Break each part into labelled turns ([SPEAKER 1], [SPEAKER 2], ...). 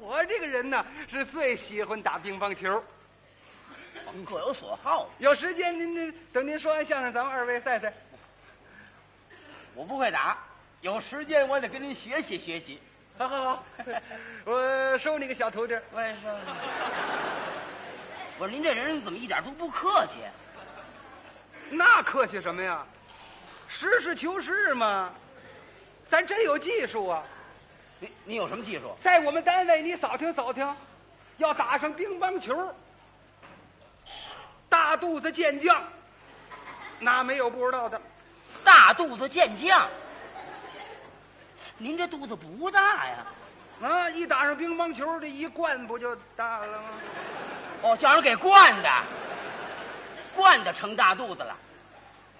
[SPEAKER 1] 我这个人呢，是最喜欢打乒乓球。
[SPEAKER 2] 您各有所好，
[SPEAKER 1] 有时间您您等您说完相声，咱们二位赛赛。
[SPEAKER 2] 我不会打，有时间我得跟您学习学习。
[SPEAKER 1] 好好 好，我收你个小徒弟。
[SPEAKER 2] 为什么？我说您这人怎么一点都不客气？啊
[SPEAKER 1] 那客气什么呀？实事求是嘛，咱真有技术啊！
[SPEAKER 2] 您您有什么技术？
[SPEAKER 1] 在我们单位，你扫听扫听，要打上乒乓球，大肚子健将，那没有不知道的。
[SPEAKER 2] 大肚子健将。您这肚子不大呀？
[SPEAKER 1] 啊，一打上乒乓球，这一灌不就大了吗？
[SPEAKER 2] 哦，叫人给惯的，惯的成大肚子了。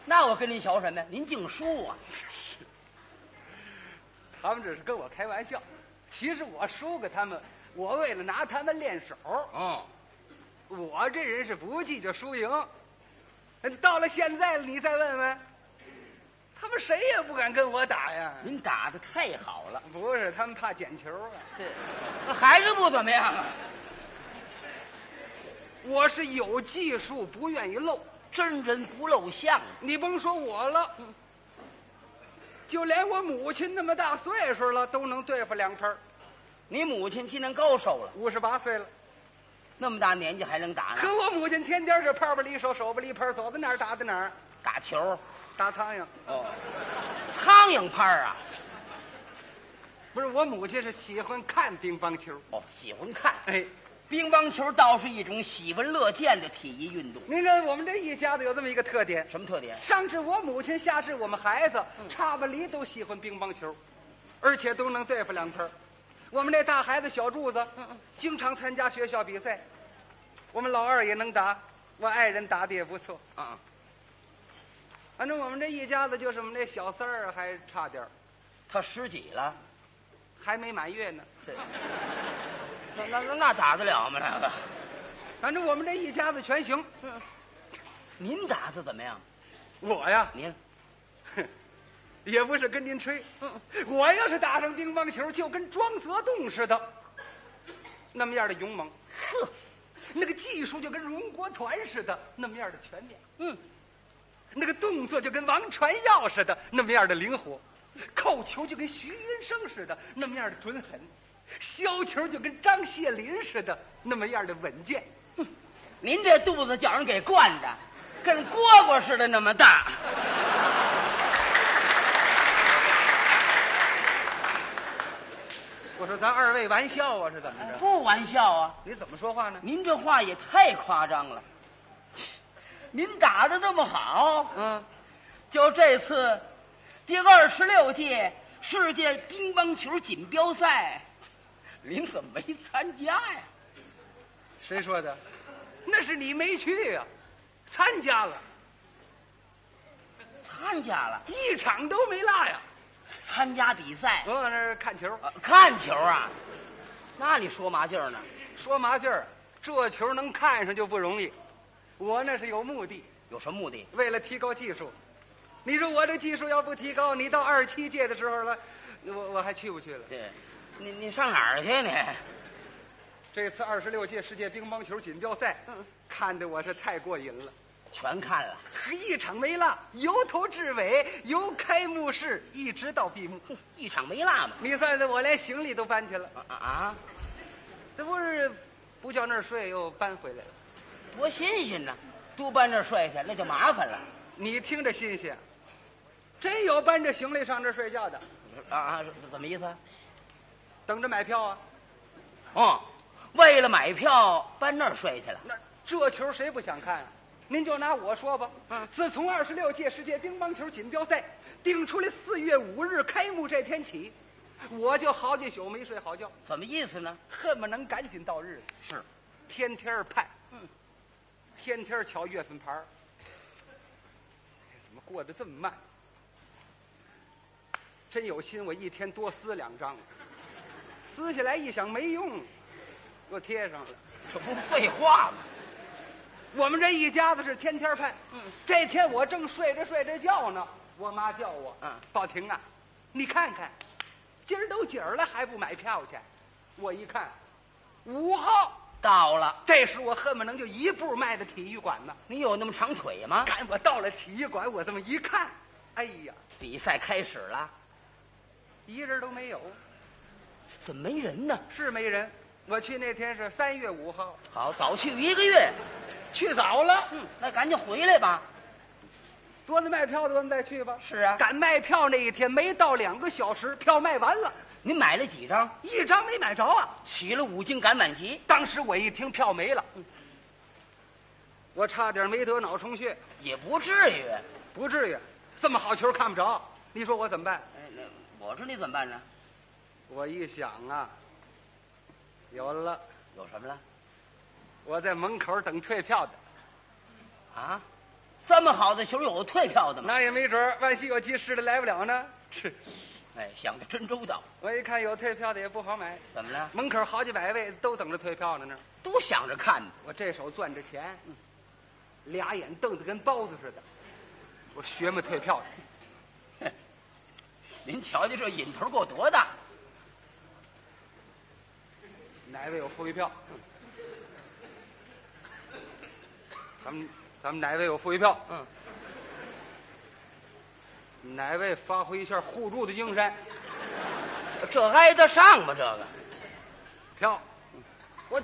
[SPEAKER 2] 那我跟您学什么呀？您净输啊！
[SPEAKER 1] 他们只是跟我开玩笑，其实我输给他们，我为了拿他们练手。
[SPEAKER 2] 哦，
[SPEAKER 1] 我这人是不计较输赢，嗯到了现在了，你再问问，他们谁也不敢跟我打呀。
[SPEAKER 2] 您打的太好了，
[SPEAKER 1] 不是，他们怕捡球啊。
[SPEAKER 2] 这还是不怎么样啊！
[SPEAKER 1] 我是有技术，不愿意露。
[SPEAKER 2] 真人不露相，啊
[SPEAKER 1] 你甭说我了，就连我母亲那么大岁数了，都能对付两拍儿。
[SPEAKER 2] 你母亲今年高寿了？
[SPEAKER 1] 五十八岁了，
[SPEAKER 2] 那么大年纪还能打呢？
[SPEAKER 1] 可我母亲天天是泡泡离手，手不离拍儿，走到哪儿打到哪儿，
[SPEAKER 2] 打球，
[SPEAKER 1] 打苍蝇。
[SPEAKER 2] 哦，苍蝇拍儿啊！
[SPEAKER 1] 不是，我母亲是喜欢看乒乓球。
[SPEAKER 2] 哦，喜欢看。
[SPEAKER 1] 哎，
[SPEAKER 2] 乒乓球倒是一种喜闻乐见的体育运动。
[SPEAKER 1] 您看我们这一家子有这么一个特点，
[SPEAKER 2] 什么特点？
[SPEAKER 1] 上至我母亲，下至我们孩子，
[SPEAKER 2] 嗯
[SPEAKER 1] 差不离都喜欢乒乓球，而且都能对付两拍儿。我们这大孩子小柱子，经常参加学校比赛。我们老二也能打，我爱人打的也不错。
[SPEAKER 2] 啊，
[SPEAKER 1] 反正我们这一家子就是我们这小三儿还差点儿
[SPEAKER 2] 他十几了，
[SPEAKER 1] 还没满月呢。
[SPEAKER 2] 这那那那那打得了吗？那个，
[SPEAKER 1] 反正我们这一家子全行。
[SPEAKER 2] 您打的怎么样？
[SPEAKER 1] 我呀，
[SPEAKER 2] 您
[SPEAKER 1] 哼 也不是跟您吹，嗯我要是打上乒乓球，就跟庄则栋似的，那么样的勇猛，呵，那个技术就跟荣国团似的，那么样的全面，
[SPEAKER 2] 嗯，
[SPEAKER 1] 那个动作就跟王传耀似的，那么样的灵活，扣球就跟徐云生似的，那么样的准狠，削球就跟张谢林似的，那么样的稳健。
[SPEAKER 2] 您这肚子叫人给惯的，跟蝈蝈似的那么大。
[SPEAKER 1] 我说咱二位玩笑啊，是怎么着？
[SPEAKER 2] 不玩笑啊！
[SPEAKER 1] 你怎么说话呢？
[SPEAKER 2] 您这话也太夸张了。 您打的这么好，
[SPEAKER 1] 嗯，
[SPEAKER 2] 就这次第二十六届世界乒乓球锦标赛，您怎么没参加呀？
[SPEAKER 1] 谁说的？那是你没去呀、参加了，
[SPEAKER 2] 参加了，
[SPEAKER 1] 一场都没落呀、
[SPEAKER 2] 参加比赛，
[SPEAKER 1] 我往那儿看球，
[SPEAKER 2] 呃看球啊？那你说麻劲儿呢？
[SPEAKER 1] 说麻雀儿，这球能看上就不容易。我那是有目的，
[SPEAKER 2] 有什么目的？
[SPEAKER 1] 为了提高技术。你说我这技术要不提高，你到二七届的时候了，我我还去不去了？
[SPEAKER 2] 对，你你上哪儿去你？
[SPEAKER 1] 这次二十六届世界乒乓球锦标赛， 看得我是太过瘾了，
[SPEAKER 2] 全看了，
[SPEAKER 1] 一场没落，由头至尾，由开幕式一直到闭幕。
[SPEAKER 2] 哼一场没落嘛。
[SPEAKER 1] 你算算，我连行李都搬去了。
[SPEAKER 2] 啊啊啊！
[SPEAKER 1] 这不是不叫那儿睡，又搬回来了。
[SPEAKER 2] 多新鲜呢！都搬这儿睡去，那就麻烦了。
[SPEAKER 1] 你听着新鲜，真有搬着行李上这儿睡觉的，
[SPEAKER 2] 啊啊，怎么意思？
[SPEAKER 1] 等着买票啊。
[SPEAKER 2] 哦，为了买票搬那儿睡去了。
[SPEAKER 1] 那这球谁不想看啊？您就拿我说吧，
[SPEAKER 2] 嗯
[SPEAKER 1] 自从二十六届世界乒乓球锦标赛定出来四月五日开幕这天起，我就好几宿没睡好觉，
[SPEAKER 2] 怎么意思呢？
[SPEAKER 1] 恨不能赶紧到日子，
[SPEAKER 2] 是，
[SPEAKER 1] 天天儿盼，
[SPEAKER 2] 嗯，
[SPEAKER 1] 天天儿瞧月份牌儿哎怎么过得这么慢？真有心，我一天多撕两张，撕下来一想没用，又贴上了。
[SPEAKER 2] 这不废话吗？
[SPEAKER 1] 我们这一家子是天天盼。
[SPEAKER 2] 嗯
[SPEAKER 1] 这天我正睡着睡着觉呢，我妈叫我，
[SPEAKER 2] 嗯
[SPEAKER 1] 宝婷啊，你看看，今儿都几儿了还不买票去？我一看，五号。
[SPEAKER 2] 到了，
[SPEAKER 1] 这时我恨不能就一步迈到体育馆呢。
[SPEAKER 2] 你有那么长腿吗？
[SPEAKER 1] 赶我到了体育馆，我这么一看，哎呀，
[SPEAKER 2] 比赛开始了，
[SPEAKER 1] 一人都没有，
[SPEAKER 2] 怎么没人呢？
[SPEAKER 1] 是没人。我去那天是三月五号，
[SPEAKER 2] 好，早去一个月，
[SPEAKER 1] 去早了。
[SPEAKER 2] 嗯，那赶紧回来吧。
[SPEAKER 1] 多子卖票的，咱们再去吧。
[SPEAKER 2] 是啊，
[SPEAKER 1] 赶卖票那一天，没到两个小时，票卖完了，
[SPEAKER 2] 您买了几张？
[SPEAKER 1] 一张没买着啊。
[SPEAKER 2] 起了五斤赶满级，
[SPEAKER 1] 当时我一听票没了，我差点没得脑充血，
[SPEAKER 2] 也不至于。
[SPEAKER 1] 不至于，这么好球看不着，你说我怎么办？
[SPEAKER 2] 哎，那我说你怎么办呢？
[SPEAKER 1] 我一想啊，有了，
[SPEAKER 2] 有什么了？
[SPEAKER 1] 我在门口等退票的，
[SPEAKER 2] 啊，这么好的球有退票的吗？
[SPEAKER 1] 那也没准儿，万一有急事的来不了呢。是，
[SPEAKER 2] 哎，想的真周到。
[SPEAKER 1] 我一看有退票的也不好买，
[SPEAKER 2] 怎么了？
[SPEAKER 1] 门口好几百位都等着退票呢那儿。
[SPEAKER 2] 都想着看呢。
[SPEAKER 1] 我这手攥着钱，嗯俩眼瞪得跟包子似的，我学么退票去。
[SPEAKER 2] 哼您瞧瞧这瘾头够多大！
[SPEAKER 1] 哪位有富裕票？嗯咱们咱们哪位有富裕票？
[SPEAKER 2] 嗯，
[SPEAKER 1] 哪位发挥一下互助的精神？
[SPEAKER 2] 这挨得上吗？这个？
[SPEAKER 1] 票，嗯我，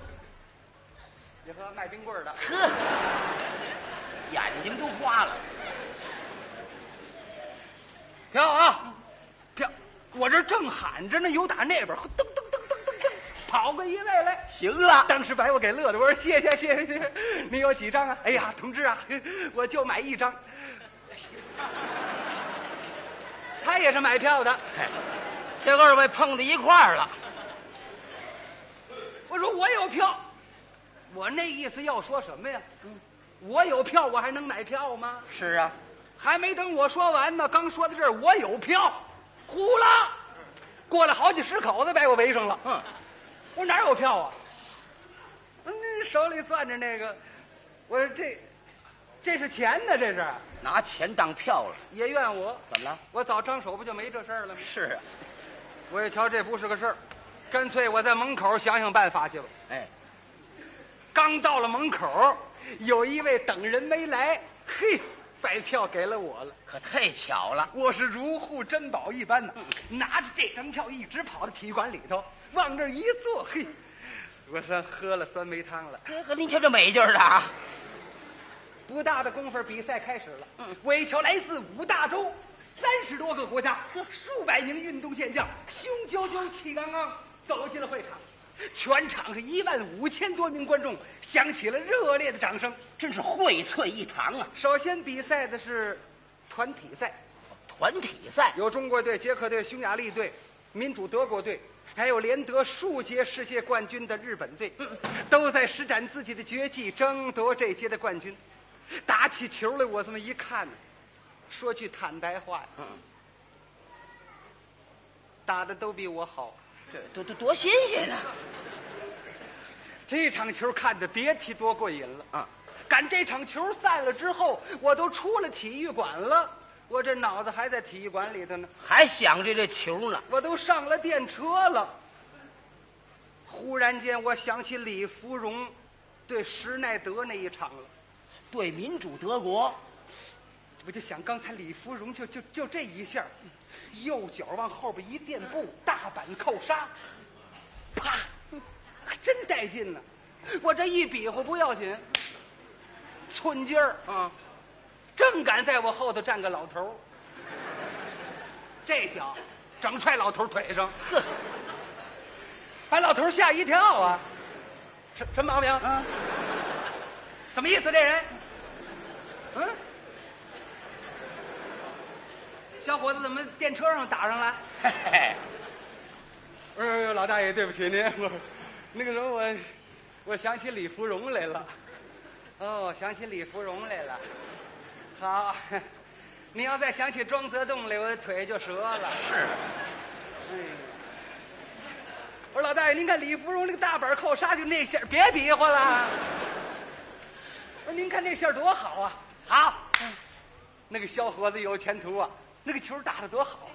[SPEAKER 1] 你和卖冰棍儿的，
[SPEAKER 2] 呵，眼睛都花了。
[SPEAKER 1] 票啊，票！我这正喊着呢，有打那边噔噔噔噔噔噔，跑过一位来。
[SPEAKER 2] 行了，
[SPEAKER 1] 当时把我给乐的，我说谢谢谢谢谢谢，你有几张啊？哎呀，同志啊，我就买一张。他也是买票的，
[SPEAKER 2] 这二位碰到一块儿了。
[SPEAKER 1] 我说我有票，我那意思要说什么呀？我有票，我还能买票吗？
[SPEAKER 2] 是啊，
[SPEAKER 1] 还没等我说完呢，刚说到这儿，我有票，呼啦，过来好几十口子把我围上了。
[SPEAKER 2] 嗯，
[SPEAKER 1] 我说哪有票啊？嗯，手里攥着那个，我说这，这是钱呢，这是
[SPEAKER 2] 拿钱当票了，
[SPEAKER 1] 也怨我，
[SPEAKER 2] 怎么了？
[SPEAKER 1] 我早张手不就没这事儿了吗？
[SPEAKER 2] 是啊，
[SPEAKER 1] 我也瞧这不是个事儿，干脆我在门口想想办法去吧。
[SPEAKER 2] 哎，
[SPEAKER 1] 刚到了门口，有一位等人没来，嘿，把票给了我了。
[SPEAKER 2] 可太巧了。
[SPEAKER 1] 我是如获珍宝一般呐，拿着这张票一直跑到体育馆里头，往这儿一坐，嘿，我算喝了酸梅汤了。
[SPEAKER 2] 这个您瞧这美劲儿的啊！
[SPEAKER 1] 不大的功夫，比赛开始了。我一瞧，来自五大洲三十多个国家，数百名运动健将，胸赳赳、气昂昂走进了会场。全场是一万五千多名观众，响起了热烈的掌声。
[SPEAKER 2] 真是荟萃一堂啊！
[SPEAKER 1] 首先比赛的是团体赛，
[SPEAKER 2] 团体赛
[SPEAKER 1] 有中国队、捷克队、匈牙利队、民主德国队，还有连得数届世界冠军的日本
[SPEAKER 2] 嗯
[SPEAKER 1] 队，都在施展自己的绝技，争夺这届的冠军。打起球来，我这么一看呢，说句坦白话，
[SPEAKER 2] 嗯，
[SPEAKER 1] 打的都比我好。
[SPEAKER 2] 这多多多新鲜啊呢！
[SPEAKER 1] 这场球看的别提多过瘾了。
[SPEAKER 2] 啊，
[SPEAKER 1] 赶这场球散了之后，我都出了体育馆了，我这脑子还在体育馆里头呢。
[SPEAKER 2] 还想着这球呢。
[SPEAKER 1] 我都上了电车了。忽然间，我想起李芙蓉对施耐德那一场了，
[SPEAKER 2] 对民主德国，
[SPEAKER 1] 我就想刚才李芙蓉就就就这一下，嗯右脚往后边一垫步，大板扣杀，啪，还真带劲呢、我这一比划不要紧，寸劲儿啊，正赶在我后头站个老头儿，这脚整踹老头儿腿上。
[SPEAKER 2] 呵，
[SPEAKER 1] 把老头儿吓一跳啊！什什么毛病？
[SPEAKER 2] 啊，
[SPEAKER 1] 什么意思？这人？嗯？小伙子怎么电车上打上了？
[SPEAKER 2] 嘿嘿，
[SPEAKER 1] 呃，老大爷，对不起您，我那个时候我我想起李芙蓉来了。哦，想起李芙蓉来了。好， 你要再想起庄则栋来，我的腿就折了。
[SPEAKER 2] 是
[SPEAKER 1] 哎呀我说老大爷，您看李芙蓉那个大板扣杀就那馅儿，别比划了。我说您看这馅儿多好啊！
[SPEAKER 2] 好，
[SPEAKER 1] 那个小伙子有前途啊，那个球打得多好。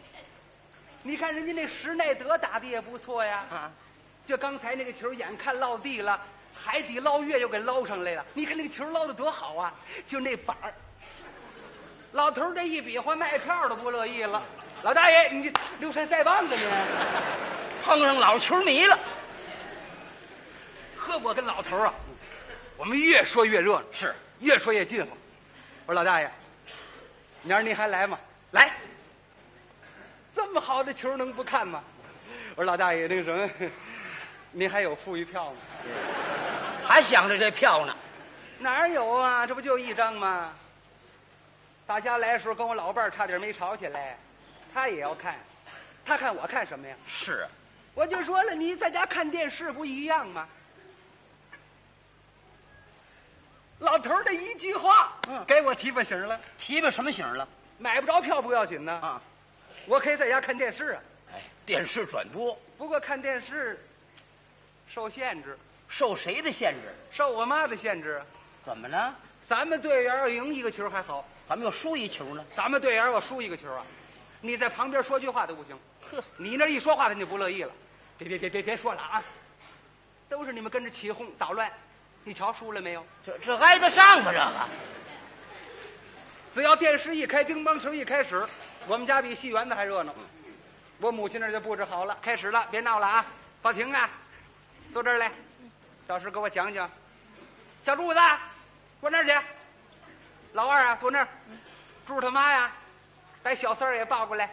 [SPEAKER 1] 你看人家那施耐德打的也不错呀，
[SPEAKER 2] 啊，
[SPEAKER 1] 就刚才那个球，眼看落地了，海底捞月又给捞上来了。你看那个球捞的多好啊！就那板儿，老头儿这一比划，卖票的不乐意了。老大爷，你这溜山腮帮子你，
[SPEAKER 2] 碰上老球迷了。
[SPEAKER 1] 呵，我跟老头儿啊，我们越说越热闹，
[SPEAKER 2] 是
[SPEAKER 1] 越说越近乎。我说老大爷，明儿您还来吗？来，这么好的球能不看吗？我说老大爷，那个什么， 您还有富裕票吗？
[SPEAKER 2] 还想着这票呢。
[SPEAKER 1] 哪儿有啊？这不就一张吗？大家来的时候跟我老伴儿差点没吵起来，他也要看，他看我看什么呀？
[SPEAKER 2] 是，啊
[SPEAKER 1] 我就说了，你在家看电视不一样吗？老头儿的一句话，
[SPEAKER 2] 嗯
[SPEAKER 1] 给我提把醒儿了。
[SPEAKER 2] 提拔什么型了？
[SPEAKER 1] 买不着票不要紧呢，
[SPEAKER 2] 啊，
[SPEAKER 1] 我可以在家看电视啊。
[SPEAKER 2] 哎，电视转播
[SPEAKER 1] 不过看电视受限制，
[SPEAKER 2] 受谁的限制？
[SPEAKER 1] 受我妈的限制。啊
[SPEAKER 2] 怎么了？
[SPEAKER 1] 咱们队员要赢一个球还好，
[SPEAKER 2] 咱们又输一球呢？
[SPEAKER 1] 咱们队员要输一个球啊，你在旁边说句话都不行。
[SPEAKER 2] 呵，
[SPEAKER 1] 你那一说话，他就不乐意了。别别别别别说了啊！都是你们跟着起哄捣乱，你瞧输了没有？
[SPEAKER 2] 这这挨得上吗？这个
[SPEAKER 1] 只要电视一开，乒乓球一开始，我们家比戏园子还热闹。我母亲那儿就布置好了，开始了，别闹了啊！宝婷啊，坐这儿来，老师给我讲讲。小柱子，过那儿去。老二啊，坐那儿。柱他妈呀，把小三儿也抱过来，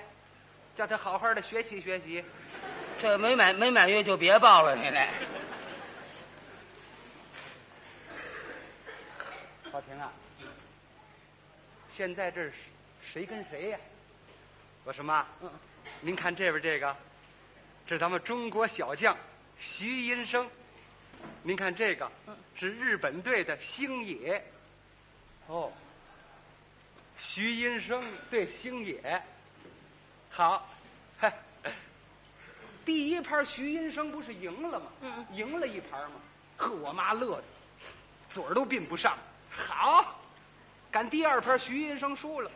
[SPEAKER 1] 叫他好好的学习学习。
[SPEAKER 2] 这没满没满月就别报了，你来。
[SPEAKER 1] 宝婷啊，现在这是谁跟谁呀、我说妈，
[SPEAKER 2] 嗯
[SPEAKER 1] 您看这边这个，这是咱们中国小将徐寅生。您看这个
[SPEAKER 2] 嗯
[SPEAKER 1] 是日本队的星野。哦，徐寅生对星野，好，嘿第一盘徐寅生不是赢了吗？
[SPEAKER 2] 嗯
[SPEAKER 1] 赢了一盘吗？呵，我妈乐的，嘴儿都并不上。好，赶第二盘徐寅生输了，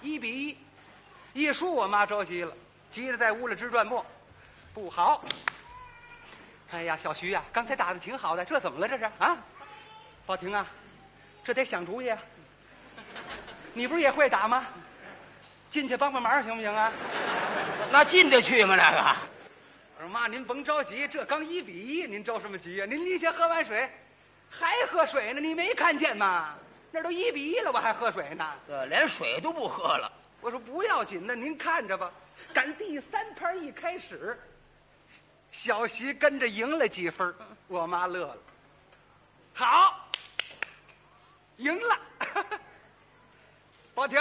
[SPEAKER 1] 一比一，一输我妈着急了，急得在屋里直转磨，不好。哎呀，小徐呀、刚才打的挺好的，这怎么了？这是啊？宝婷啊，这得想主意啊。你不是也会打吗？进去帮帮忙行不行啊？
[SPEAKER 2] 那进得去吗？那个
[SPEAKER 1] 我说妈，您甭着急，这刚一比一，您着什么急呀、啊您您先喝碗水，还喝水呢？你没看见吗？那都一比一了，我还喝水呢。
[SPEAKER 2] 这连水都不喝了，
[SPEAKER 1] 我说不要紧的，您看着吧。赶第三盘一开始，小徐跟着赢了几分儿，我妈乐了。好，赢了。 宝婷，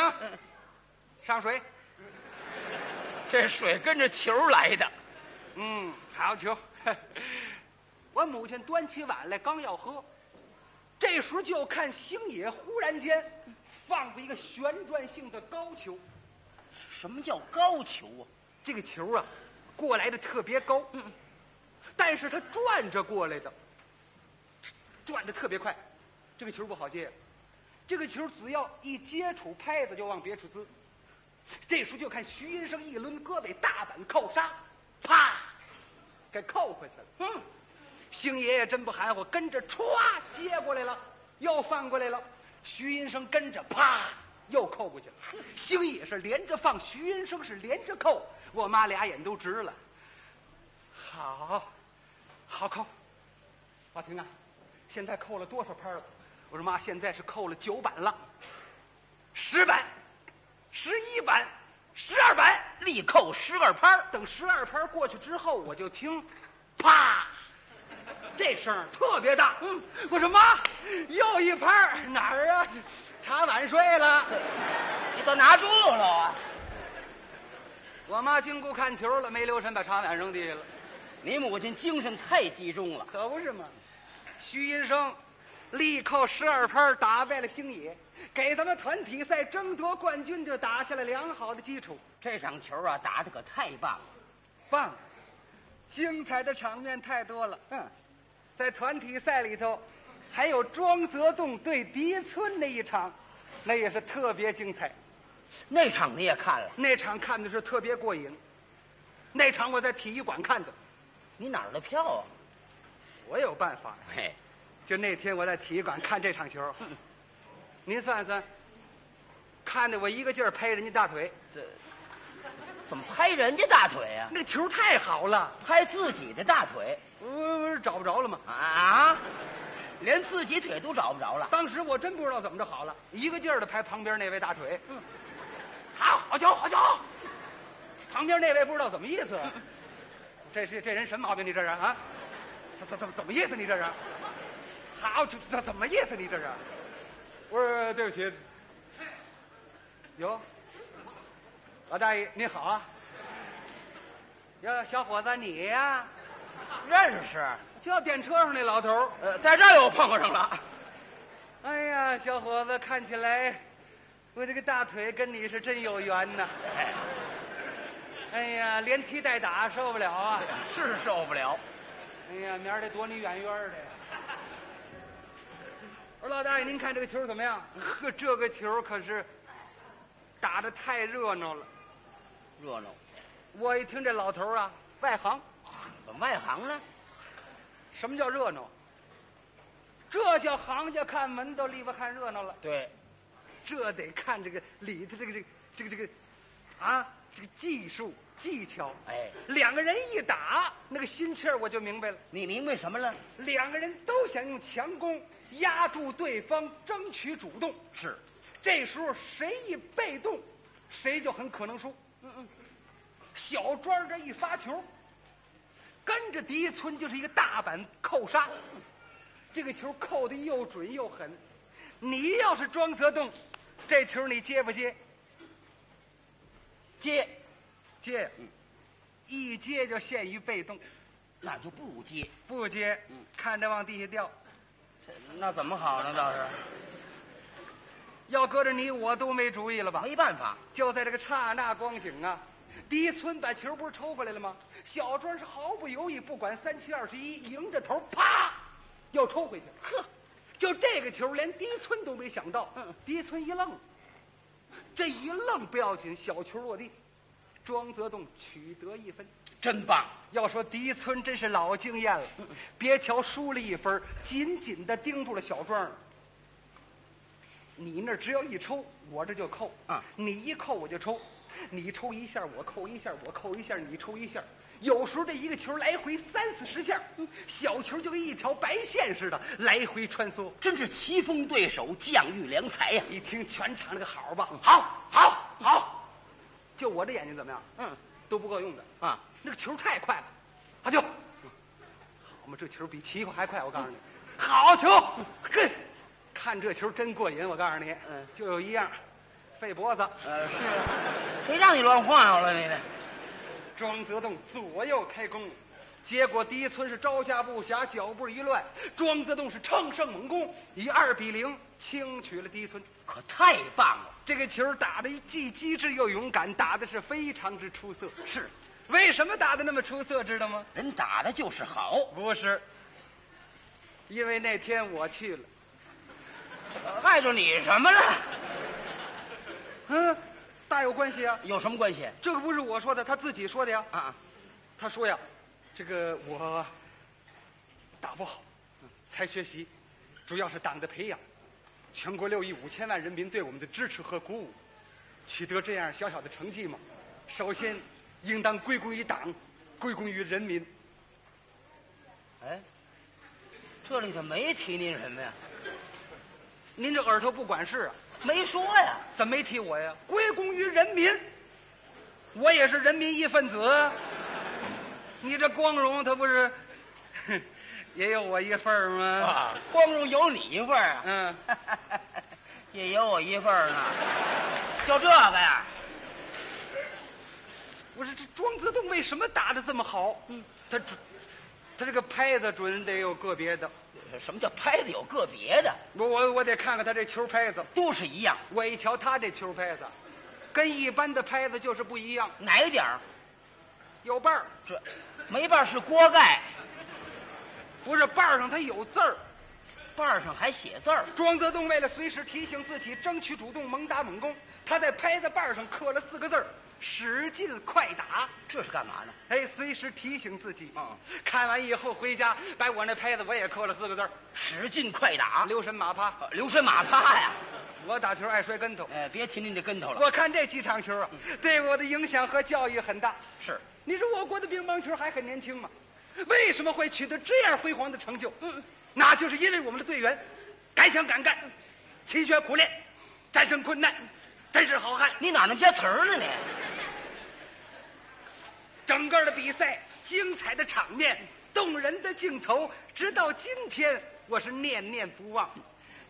[SPEAKER 1] 上水。
[SPEAKER 2] 这水跟着球来的。
[SPEAKER 1] 嗯，好球！ 我母亲端起碗来，刚要喝，这时就看星野忽然间放出一个旋转性的高球，
[SPEAKER 2] 什么叫高球啊？
[SPEAKER 1] 这个球啊，过来的特别高，但是它转着过来的，转的特别快，这个球不好接，这个球只要一接触拍子就往别处滋，这时候就看徐医生一抡胳膊大板扣杀，啪，给扣回去了。嗯，星爷爷真不含糊，跟着歘接过来了，又放过来了。徐医生跟着啪又扣过去了。星野是连着放，徐医生是连着扣，我妈俩眼都直了。好，好扣，马婷啊，现在扣了多少拍了？我说妈，现在是扣了九板了，十板，十一板，十二板。
[SPEAKER 2] 力扣十二拍儿
[SPEAKER 1] 等十二拍过去之后，我就听，啪，这声儿特别大。嗯，我说妈，又一拍儿哪儿啊？茶碗摔了。
[SPEAKER 2] 你倒拿住了啊！
[SPEAKER 1] 我妈经过看球了，没留神把茶碗扔地下了。
[SPEAKER 2] 你母亲精神太集中了，
[SPEAKER 1] 可不是嘛。徐寅生力扣十二拍打败了星野，给咱们团体赛争夺冠军就打下了良好的基础。
[SPEAKER 2] 这场球啊打的可太棒了。
[SPEAKER 1] 棒，精彩的场面太多了。嗯，在团体赛里头，还有庄则栋对狄村那一场，那也是特别精彩。
[SPEAKER 2] 那场你也看了，
[SPEAKER 1] 那场看的是特别过瘾。那场我在体育馆看的，
[SPEAKER 2] 你哪儿的票啊？
[SPEAKER 1] 我有办法呀。
[SPEAKER 2] 嘿，
[SPEAKER 1] 就那天我在体育馆看这场球， 您算算，看得我一个劲儿拍人家大腿，
[SPEAKER 2] 这怎么拍人家大腿呀、
[SPEAKER 1] 那个球太好了，
[SPEAKER 2] 拍自己的大腿
[SPEAKER 1] 我我找不着了嘛。
[SPEAKER 2] 啊？连自己腿都找不着了。
[SPEAKER 1] 当时我真不知道怎么着好了，一个劲儿的拍旁边那位大腿。嗯，好，好球，好球！旁边那位不知道怎么意思，这是这人什么毛病？你这人啊？怎怎怎么怎么意思？你这人？好球，怎怎么意思？你这人？我说对不起。哟，老大爷你好啊！哟，小伙子你呀、
[SPEAKER 2] 认识，
[SPEAKER 1] 就电车上那老头儿
[SPEAKER 2] 呃，在这儿又碰上了。
[SPEAKER 1] 哎呀，小伙子，看起来我这个大腿跟你是真有缘呐！哎呀，连踢带打受不了啊！
[SPEAKER 2] 是受不了。
[SPEAKER 1] 哎呀，明儿得躲你远远的呀！我说老大爷，您看这个球怎么样？呵，这个球可是打的太热闹了。
[SPEAKER 2] 热闹，
[SPEAKER 1] 我一听这老头儿啊，外行，
[SPEAKER 2] 怎么外行呢？
[SPEAKER 1] 什么叫热闹？这叫行家看门道，里边看热闹了。
[SPEAKER 2] 对，
[SPEAKER 1] 这得看这个里头这个这个这个这个啊，这个技术技巧。
[SPEAKER 2] 哎，
[SPEAKER 1] 两个人一打，那个心气儿我就明白了。
[SPEAKER 2] 你明白什么了？
[SPEAKER 1] 两个人都想用强攻压住对方，争取主动。
[SPEAKER 2] 是，
[SPEAKER 1] 这时候谁一被动，谁就很可能输。嗯嗯，小庄这一发球，跟着第一村就是一个大板扣杀，这个球扣的又准又狠。你要是庄则栋，这球你接不接？
[SPEAKER 2] 接，
[SPEAKER 1] 接，嗯一接就陷于被动，
[SPEAKER 2] 那就不接。
[SPEAKER 1] 不接，
[SPEAKER 2] 嗯
[SPEAKER 1] 看着往地下掉。
[SPEAKER 2] 这那怎么好呢？倒是
[SPEAKER 1] 要搁着你，我都没主意了吧？
[SPEAKER 2] 没办法，
[SPEAKER 1] 就在这个刹那光景啊，第一村把球不是抽回来了吗？小庄是毫不犹豫，不管三七二十一，迎着头啪，又抽回去。呵，就这个球，连第一村都没想到。
[SPEAKER 2] 嗯
[SPEAKER 1] 第一村一愣，这一愣不要紧，小球落地，庄则栋取得一分。
[SPEAKER 2] 真棒。
[SPEAKER 1] 要说第一村真是老经验了，
[SPEAKER 2] 嗯
[SPEAKER 1] 别瞧输了一分，紧紧的盯住了小庄儿。你那儿只要一抽，我这就扣
[SPEAKER 2] 啊
[SPEAKER 1] 你一扣我就抽，你抽一下我扣一下，我扣一下你抽一下。有时候这一个球来回三四十下，小球就跟一条白线似的来回穿梭。
[SPEAKER 2] 真是棋逢对手，将遇良才呀、
[SPEAKER 1] 一听全场那个好
[SPEAKER 2] 嗯
[SPEAKER 1] 吧，好，好，好，就我这眼睛怎么样？
[SPEAKER 2] 嗯，
[SPEAKER 1] 都不够用的。
[SPEAKER 2] 啊，
[SPEAKER 1] 那个球太快了，好球！好嘛，这球比齐还快，我告诉你，好球！跟看这球真过瘾，我告诉你，
[SPEAKER 2] 嗯
[SPEAKER 1] 就有一样，费脖子。
[SPEAKER 2] 呃，是，谁让你乱晃悠了你呢？
[SPEAKER 1] 庄则栋左右开弓，结果第一村是招架不暇，脚步一乱，庄则栋是乘胜猛攻，以二比零轻取了第一村。
[SPEAKER 2] 可太棒了！
[SPEAKER 1] 这个球打的既机智又勇敢，打的是非常之出色。是，为什么打的那么出色，知道吗？
[SPEAKER 2] 人打的就是好，
[SPEAKER 1] 不是，因为那天我去了。
[SPEAKER 2] 呃碍着你什么了？
[SPEAKER 1] 嗯，大有关系啊。
[SPEAKER 2] 有什么关系？
[SPEAKER 1] 这个不是我说的，他自己说的呀。
[SPEAKER 2] 啊，
[SPEAKER 1] 他说呀，这个我打不好，嗯才学习，主要是党的培养，全国六亿五千万人民对我们的支持和鼓舞，取得这样小小的成绩嘛，首先应当归功于党，归功于人民。
[SPEAKER 2] 哎，这里头没提您什么呀？
[SPEAKER 1] 您这耳朵不管事啊，
[SPEAKER 2] 没说呀。
[SPEAKER 1] 怎么没提我呀？归功于人民，我也是人民一份子啊。你这光荣，他不是也有我一份儿吗？
[SPEAKER 2] 啊，光荣有你一份儿啊，
[SPEAKER 1] 嗯，
[SPEAKER 2] 也有我一份儿呢。就这个呀，
[SPEAKER 1] 我说这庄则栋为什么打的这么好？嗯，他准他这个拍子准得有个别的，
[SPEAKER 2] 呃什么叫拍的有个别的，
[SPEAKER 1] 我我我得看看他这球拍子。
[SPEAKER 2] 都是一样，
[SPEAKER 1] 我一瞧他这球拍子，跟一般的拍子就是不一样，
[SPEAKER 2] 哪一点儿？
[SPEAKER 1] 有瓣儿，
[SPEAKER 2] 这没瓣儿是锅盖，
[SPEAKER 1] 不是瓣儿上它有字儿。
[SPEAKER 2] 瓣儿上还写字儿。
[SPEAKER 1] 庄则栋为了随时提醒自己争取主动，猛打猛攻，他在拍子瓣儿上刻了四个字儿：“使劲快打。
[SPEAKER 2] 这是干嘛呢？
[SPEAKER 1] 哎，随时提醒自己。哦看完以后回家，把我那拍子我也刻了四个字儿
[SPEAKER 2] 使劲快打，
[SPEAKER 1] 留神马趴。
[SPEAKER 2] 呃留神马趴呀！
[SPEAKER 1] 我打球爱摔跟头，
[SPEAKER 2] 哎，别提你那跟头了。
[SPEAKER 1] 我看这几场球啊，对我的影响和教育很大。
[SPEAKER 2] 是，
[SPEAKER 1] 你说我国的乒乓球还很年轻嘛，为什么会取得这样辉煌的成就？嗯，那就是因为我们的队员敢想敢干，勤学苦练，战胜困难，真是好汉。
[SPEAKER 2] 你哪那么些词儿呢你？
[SPEAKER 1] 整个的比赛，精彩的场面，动人的镜头，直到今天我是念念不忘。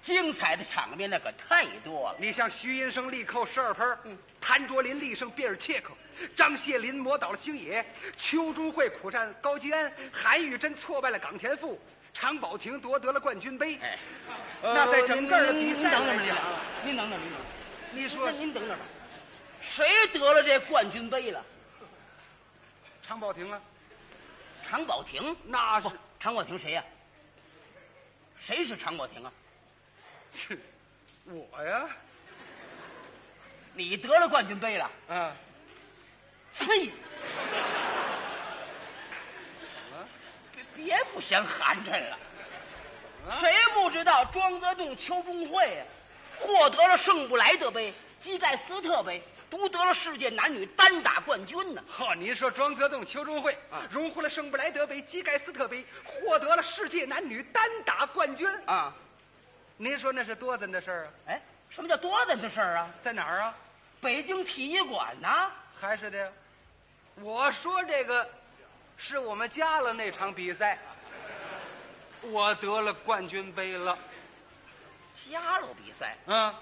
[SPEAKER 2] 精彩的场面那可太多了。
[SPEAKER 1] 你像徐寅生力扣十二分，
[SPEAKER 2] 嗯
[SPEAKER 1] 谭卓林力胜贝尔切克，张谢林磨倒了星野，邱忠惠苦战高吉安，韩玉珍挫败了冈田富，常宝霆夺得了冠军杯。
[SPEAKER 2] 哎，呃
[SPEAKER 1] 那在整个的比
[SPEAKER 2] 您
[SPEAKER 1] 赛
[SPEAKER 2] 等等
[SPEAKER 1] 来
[SPEAKER 2] 您
[SPEAKER 1] 讲，
[SPEAKER 2] 等您等等您等等，
[SPEAKER 1] 你说
[SPEAKER 2] 您等等吧。谁得了这冠军杯了？
[SPEAKER 1] 常宝霆啊，
[SPEAKER 2] 常宝霆？
[SPEAKER 1] 那是
[SPEAKER 2] 不，常宝霆谁呀、谁是常宝霆啊？
[SPEAKER 1] 是我呀，
[SPEAKER 2] 你得了冠军杯了？
[SPEAKER 1] 啊，
[SPEAKER 2] 呸！
[SPEAKER 1] 怎么了？
[SPEAKER 2] 别别不嫌寒碜了。
[SPEAKER 1] 怎么了
[SPEAKER 2] 谁不知道庄则栋、邱中会啊，获得了圣布莱德杯、基盖斯特杯，独得了世界男女单打冠军呢？
[SPEAKER 1] 呵，您说庄则栋、邱忠惠
[SPEAKER 2] 啊
[SPEAKER 1] 荣获了圣布莱德杯、基盖斯特杯，获得了世界男女单打冠军。
[SPEAKER 2] 啊，
[SPEAKER 1] 您说那是多咱的事儿啊？
[SPEAKER 2] 哎，什么叫多大的事儿啊？
[SPEAKER 1] 在哪儿啊？
[SPEAKER 2] 北京体育馆呐、
[SPEAKER 1] 还是的呀。我说这个是我们家了那场比赛，我得了冠军杯了。
[SPEAKER 2] 家里有比赛，
[SPEAKER 1] 嗯，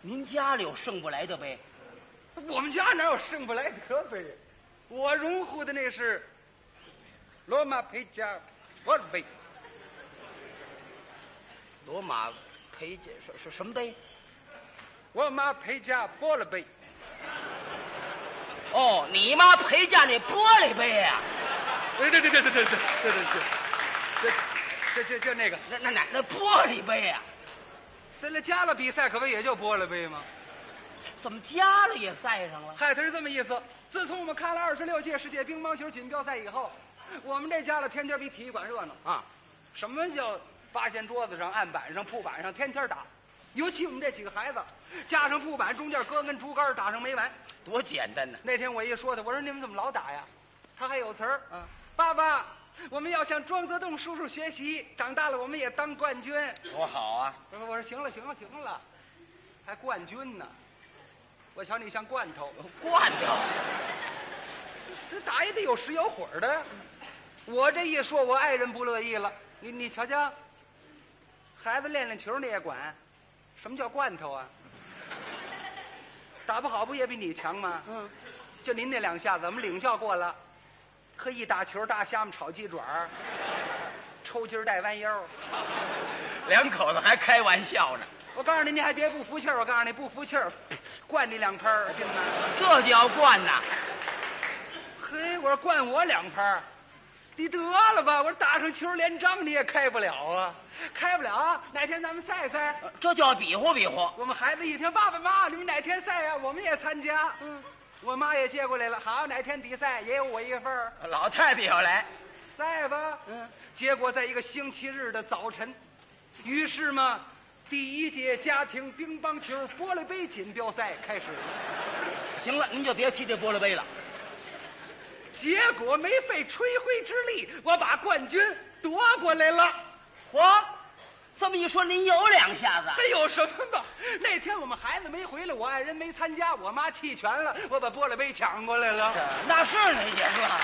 [SPEAKER 2] 您家里有圣布莱德杯，
[SPEAKER 1] 我们家哪有圣布莱德杯呀？我荣获的那是罗马佩加托尔杯，
[SPEAKER 2] 罗马培杰什什什么杯？
[SPEAKER 1] 罗马佩加波尔杯。
[SPEAKER 2] 哦，你妈陪嫁那玻璃杯呀、
[SPEAKER 1] 哎，对对对对对对对对对，这这这就那个，
[SPEAKER 2] 那那哪那玻璃杯呀、
[SPEAKER 1] 这了加了比赛可不也就波了杯吗？
[SPEAKER 2] 怎么家里也赛上了？
[SPEAKER 1] 嗨，他是这么意思。自从我们开了二十六届世界乒乓球锦标赛以后，我们这家了天天比体育馆热闹。
[SPEAKER 2] 啊，
[SPEAKER 1] 什么叫八仙桌子上、案板上、铺板上天天打？尤其我们这几个孩子，加上铺板中间搁根竹竿，打上没完。
[SPEAKER 2] 多简单呢、
[SPEAKER 1] 那天我一说他，我说你们怎么老打呀？他还有词儿，
[SPEAKER 2] 嗯，
[SPEAKER 1] 爸爸，我们要向庄则栋叔叔学习，长大了我们也当冠军。
[SPEAKER 2] 多好啊！
[SPEAKER 1] 我说我说行了行了行了，还冠军呢？我瞧你像罐头，
[SPEAKER 2] 惯掉。
[SPEAKER 1] 这打也得有实有火儿的。我这一说，我爱人不乐意了。你你瞧瞧，孩子练练球你也管，什么叫罐头啊？打不好不也比你强吗？
[SPEAKER 2] 嗯，
[SPEAKER 1] 就您那两下子，我们领教过了。可一打球，大虾米炒鸡爪儿，抽筋儿带弯腰。
[SPEAKER 2] 两口子还开玩笑呢，
[SPEAKER 1] 我告诉你，你还别不服气儿。我告诉你，不服气儿， 灌你两拍儿，信吗？
[SPEAKER 2] 这叫惯呐！
[SPEAKER 1] 嘿，我说灌我两拍儿，你得了吧！我说打上球连张你也开不了啊，开不了。哪天咱们赛赛？
[SPEAKER 2] 这叫比划比划。
[SPEAKER 1] 我们孩子一听，爸爸妈妈，你们哪天赛啊？我们也参加。嗯，我妈也接过来了。好，哪天比赛也有我一份儿，
[SPEAKER 2] 老太太要来，
[SPEAKER 1] 赛吧。
[SPEAKER 2] 嗯，
[SPEAKER 1] 结果在一个星期日的早晨，于是嘛，第一届家庭乒乓球玻璃杯锦标赛开始了。
[SPEAKER 2] 行了，您就别提这玻璃杯了。
[SPEAKER 1] 结果没费吹灰之力，我把冠军夺过来了。
[SPEAKER 2] 嚯，这么一说，您有两下子啊
[SPEAKER 1] 这有什么嘛？那天我们孩子没回来，我爱人没参加，我妈弃权了，我把玻璃杯抢过来了。
[SPEAKER 2] 那是您爷是吧？